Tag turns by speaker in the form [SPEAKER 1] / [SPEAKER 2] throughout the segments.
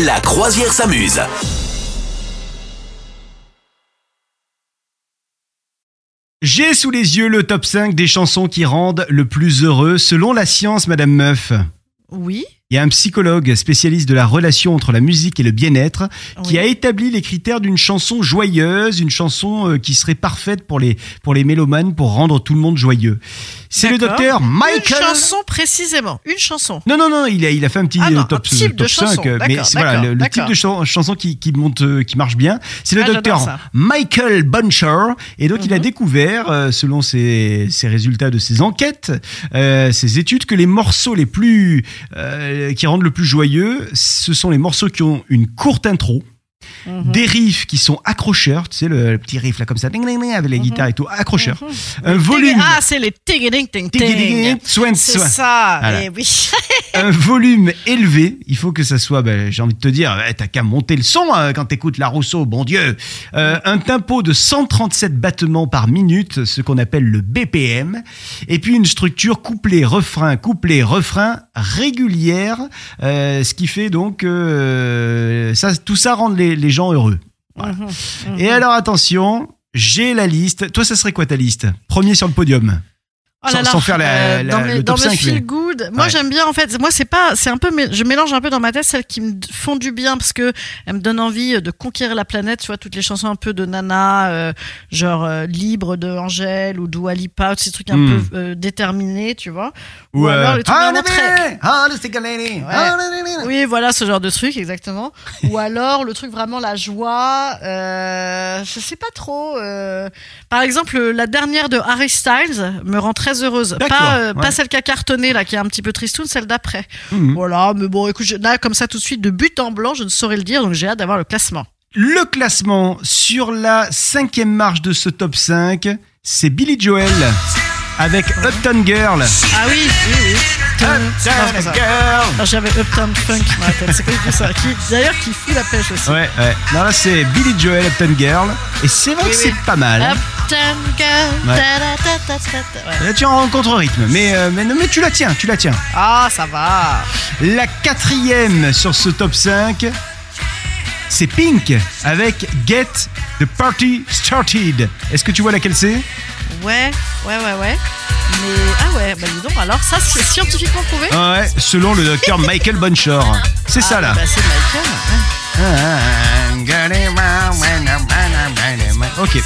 [SPEAKER 1] La croisière s'amuse.
[SPEAKER 2] J'ai sous les yeux le top 5 des chansons qui rendent le plus heureux selon la science, Madame Meuf.
[SPEAKER 3] Oui.
[SPEAKER 2] Il y a un psychologue spécialiste de la relation entre la musique et le bien-être qui
[SPEAKER 3] oui.
[SPEAKER 2] a établi les critères d'une chanson joyeuse, une chanson euh, qui serait parfaite pour les, pour les mélomanes pour rendre tout le monde joyeux. C'est le
[SPEAKER 3] D'accord.
[SPEAKER 2] docteur
[SPEAKER 3] Une
[SPEAKER 2] Michael.
[SPEAKER 3] chanson précisément, une chanson.
[SPEAKER 2] Non, non, non, il a, il a fait un petit
[SPEAKER 3] Ah
[SPEAKER 2] euh,
[SPEAKER 3] non, un
[SPEAKER 2] top,
[SPEAKER 3] type de
[SPEAKER 2] top
[SPEAKER 3] chanson.
[SPEAKER 2] 5, euh, mais
[SPEAKER 3] D'accord,
[SPEAKER 2] c'est- voilà,
[SPEAKER 3] d'accord,
[SPEAKER 2] le, le type
[SPEAKER 3] d'accord.
[SPEAKER 2] de chan- chanson qui, qui monte, euh, qui marche bien, c'est le
[SPEAKER 3] Ah, j'adore
[SPEAKER 2] docteur
[SPEAKER 3] ça.
[SPEAKER 2] Michael Buncher, et donc il a
[SPEAKER 3] Mhm.
[SPEAKER 2] découvert, euh, selon ses, ses résultats de ses enquêtes, euh, ses études, que les morceaux les plus, euh, qui rendent le plus joyeux, ce sont les morceaux qui ont une courte intro,
[SPEAKER 3] Mhm.
[SPEAKER 2] des riffs qui sont accrocheurs, tu sais, le, le petit riff là comme ça, ding, ding, ding, avec les
[SPEAKER 3] Mhm.
[SPEAKER 2] guitares et tout, accrocheurs,
[SPEAKER 3] Mhm.
[SPEAKER 2] un volume,
[SPEAKER 3] Ah, c'est les ting ting
[SPEAKER 2] ding, ding, ding,
[SPEAKER 3] ting.
[SPEAKER 2] swan,
[SPEAKER 3] C'est
[SPEAKER 2] swan.
[SPEAKER 3] ça,
[SPEAKER 2] Voilà.
[SPEAKER 3] eh oui.
[SPEAKER 2] un volume élevé. Il faut que ça soit, ben, j'ai envie de te dire, eh, t'as qu'à monter le son hein, quand t'écoutes la Rousseau, bon Dieu. Euh, un tempo de 137 battements par minute, ce qu'on appelle le BPM. Et puis une structure couplet, refrain, couplet, refrain régulière. euh, ce qui fait donc, euh, ça, tout ça rend les, les gens heureux. Voilà.
[SPEAKER 3] Mhm.
[SPEAKER 2] Et alors attention. J'ai la liste. Toi, ça serait quoi ta liste Premier sur le podium.
[SPEAKER 3] Oh là
[SPEAKER 2] sans-
[SPEAKER 3] là.
[SPEAKER 2] sans faire la-
[SPEAKER 3] Euh,
[SPEAKER 2] la-
[SPEAKER 3] dans
[SPEAKER 2] le
[SPEAKER 3] mes,
[SPEAKER 2] top
[SPEAKER 3] dans mes
[SPEAKER 2] 5, mais-
[SPEAKER 3] feel good. Moi
[SPEAKER 2] Ouais.
[SPEAKER 3] j'aime bien en fait. Moi c'est pas, c'est un peu, mé- je mélange un peu dans ma tête celles qui me d- font du bien parce que elles me donnent envie euh, de conquérir la planète. Tu vois toutes les chansons un peu de Nana, euh, genre euh, Libre de Angèle ou Dua Lipa, ces trucs un
[SPEAKER 2] Hmm.
[SPEAKER 3] peu euh, déterminés, tu vois. Ou alors les trucs
[SPEAKER 2] Ah,
[SPEAKER 3] vraiment
[SPEAKER 2] la
[SPEAKER 3] très-
[SPEAKER 2] belle Ah, le Stegalini Ah, la, la, la, la.
[SPEAKER 3] Oui, voilà ce genre de truc, exactement. Ou alors le truc vraiment la joie. Euh, je sais pas trop. euh, Par exemple, la dernière de Harry Styles me rend très heureuse.
[SPEAKER 2] D'accord,
[SPEAKER 3] Pas, euh,
[SPEAKER 2] ouais.
[SPEAKER 3] pas celle qui a cartonné là, qui est un petit peu tristoun, celle d'après.
[SPEAKER 2] Mhm.
[SPEAKER 3] Voilà, mais bon, écoute, je- là comme ça tout de suite de but en blanc, je ne saurais le dire, donc j'ai hâte d'avoir le classement.
[SPEAKER 2] Le classement sur la cinquième marche de ce top 5, c'est Billy Joel avec Uptown Girl.
[SPEAKER 3] Ah oui, oui, oui. Non, c'est pas ça.
[SPEAKER 2] Girl
[SPEAKER 3] Non, J'avais Uptown Funk dans la tête, c'est pas du tout ça. Qui- D'ailleurs, qui fout la pêche aussi.
[SPEAKER 2] Ouais, ouais. Non, là, c'est Billy Joel, Uptown Girl. Et c'est vrai
[SPEAKER 3] Oui,
[SPEAKER 2] que
[SPEAKER 3] oui.
[SPEAKER 2] c'est pas mal. hein.
[SPEAKER 3] Uptown Girl.
[SPEAKER 2] Ouais.
[SPEAKER 3] ta-da-ta-ta-ta-ta. Ouais.
[SPEAKER 2] Là, tu en rencontres rythme. Mais, euh, mais, non, mais tu la tiens, tu la tiens.
[SPEAKER 3] Ah, ça va.
[SPEAKER 2] La quatrième sur ce top 5, c'est Pink avec Get the Party Started. Est-ce que tu vois laquelle c'est
[SPEAKER 3] Ouais, ouais, ouais, ouais. Mais ah ouais, bah dis donc, alors ça c'est scientifiquement prouvé
[SPEAKER 2] Ah Ouais, selon le docteur Michael Bunshore. C'est ça là.
[SPEAKER 3] Ah, bah, c'est Michael. ouais.
[SPEAKER 2] Ok.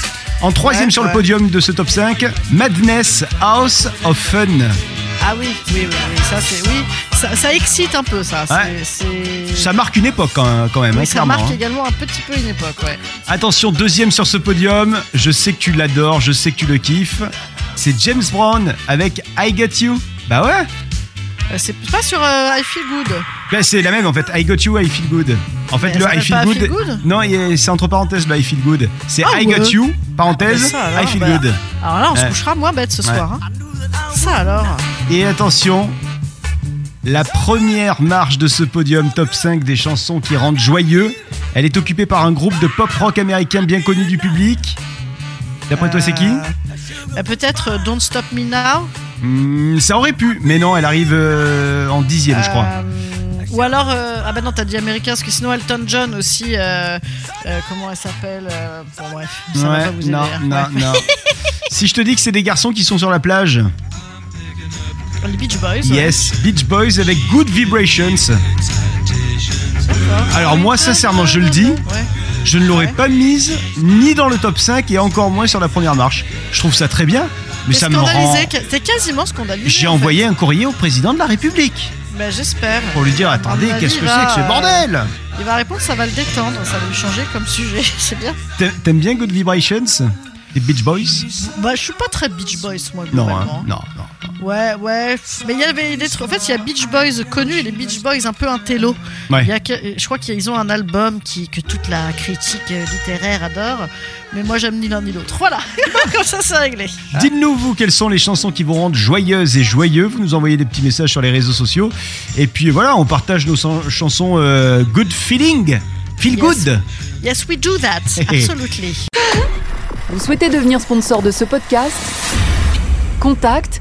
[SPEAKER 2] En troisième
[SPEAKER 3] Ouais,
[SPEAKER 2] sur le
[SPEAKER 3] ouais.
[SPEAKER 2] podium de ce top 5, Madness House of Fun.
[SPEAKER 3] Ah oui, oui, oui, oui, ça c'est oui, ça, ça excite un peu ça. c'est-
[SPEAKER 2] Ouais.
[SPEAKER 3] C'est
[SPEAKER 2] Ça marque une époque hein, quand même, hein,
[SPEAKER 3] oui, ça
[SPEAKER 2] clairement,
[SPEAKER 3] marque
[SPEAKER 2] hein.
[SPEAKER 3] également un petit peu une époque, ouais.
[SPEAKER 2] Attention, deuxième sur ce podium, je sais que tu l'adores, je sais que tu le kiffes. C'est James Brown avec I Got You. Bah ouais,
[SPEAKER 3] Euh, C'est pas sur euh, I Feel Good.
[SPEAKER 2] Bah, c'est la même en fait. I Got You, I Feel Good. En fait,
[SPEAKER 3] Mais ça
[SPEAKER 2] le I
[SPEAKER 3] s'appelle
[SPEAKER 2] Feel
[SPEAKER 3] pas I
[SPEAKER 2] Good.
[SPEAKER 3] Feel Good
[SPEAKER 2] non, il est- c'est entre parenthèses le I Feel Good. C'est
[SPEAKER 3] Ah
[SPEAKER 2] I Got
[SPEAKER 3] ouais.
[SPEAKER 2] You,
[SPEAKER 3] Ah,
[SPEAKER 2] parenthèse,
[SPEAKER 3] bah, ça, alors,
[SPEAKER 2] I Feel
[SPEAKER 3] bah.
[SPEAKER 2] Good.
[SPEAKER 3] Alors là, on se
[SPEAKER 2] Ouais.
[SPEAKER 3] couchera moins bête ce
[SPEAKER 2] Ouais.
[SPEAKER 3] soir. hein. Ça alors.
[SPEAKER 2] Et attention, la première marche de ce podium top 5 des chansons qui rendent joyeux, elle est occupée par un groupe de pop rock américain bien connu du public. D'après toi, c'est qui
[SPEAKER 3] Euh, bah, Peut-être euh, Don't Stop Me Now.
[SPEAKER 2] Hmm, Ça aurait pu, mais non, elle arrive euh, en dixième, je crois.
[SPEAKER 3] Euh, Ou alors, euh, ah bah non, t'as dit américain, parce que sinon Elton John aussi, euh, euh, comment elle s'appelle euh, Bon, bref, ça va
[SPEAKER 2] Ouais,
[SPEAKER 3] pas vous aider.
[SPEAKER 2] non,
[SPEAKER 3] hein.
[SPEAKER 2] non,
[SPEAKER 3] Ouais.
[SPEAKER 2] non. si je te dis que c'est des garçons qui sont sur la plage,
[SPEAKER 3] Les Beach Boys.
[SPEAKER 2] yes, Beach Boys avec Good Vibrations. Alors moi, sincèrement, je le dis,
[SPEAKER 3] Ouais.
[SPEAKER 2] Je ne l'aurais
[SPEAKER 3] Ouais.
[SPEAKER 2] pas mise ni dans le top 5 et encore moins sur la première marche. Je trouve ça très bien, mais
[SPEAKER 3] T'es
[SPEAKER 2] ça me rend.
[SPEAKER 3] scandalisé, ca- T'es quasiment scandalisé.
[SPEAKER 2] J'ai
[SPEAKER 3] en fait.
[SPEAKER 2] envoyé un courrier au président de la République
[SPEAKER 3] Bah, j'espère.
[SPEAKER 2] pour lui dire attendez,
[SPEAKER 3] À mon
[SPEAKER 2] qu'est-ce
[SPEAKER 3] avis,
[SPEAKER 2] que c'est
[SPEAKER 3] là,
[SPEAKER 2] que ce
[SPEAKER 3] euh,
[SPEAKER 2] bordel
[SPEAKER 3] Il va répondre, ça va le détendre, ça va lui changer comme sujet. C'est bien.
[SPEAKER 2] T'a- T'aimes bien Good Vibrations Des Beach Boys
[SPEAKER 3] Bah, je suis pas très Beach Boys, moi,
[SPEAKER 2] Non, hein,
[SPEAKER 3] globalement.
[SPEAKER 2] non, non.
[SPEAKER 3] Ouais, ouais. Mais il y avait des trucs. En fait, il y a Beach Boys connus et les Beach Boys un peu intello.
[SPEAKER 2] Ouais.
[SPEAKER 3] Il y a que- Je crois qu'ils ont un album qui... que toute la critique euh, littéraire adore. Mais moi, j'aime ni l'un ni l'autre. Voilà. Comme ça, c'est réglé.
[SPEAKER 2] Dites-nous, vous, quelles sont les chansons qui vous rendent joyeuses et joyeux. Vous nous envoyez des petits messages sur les réseaux sociaux. Et puis voilà, on partage nos chan- chansons euh, Good Feeling. Feel
[SPEAKER 3] Yes.
[SPEAKER 2] Good
[SPEAKER 3] Yes, we do that. Absolutely.
[SPEAKER 4] Vous souhaitez devenir sponsor de ce podcast Contact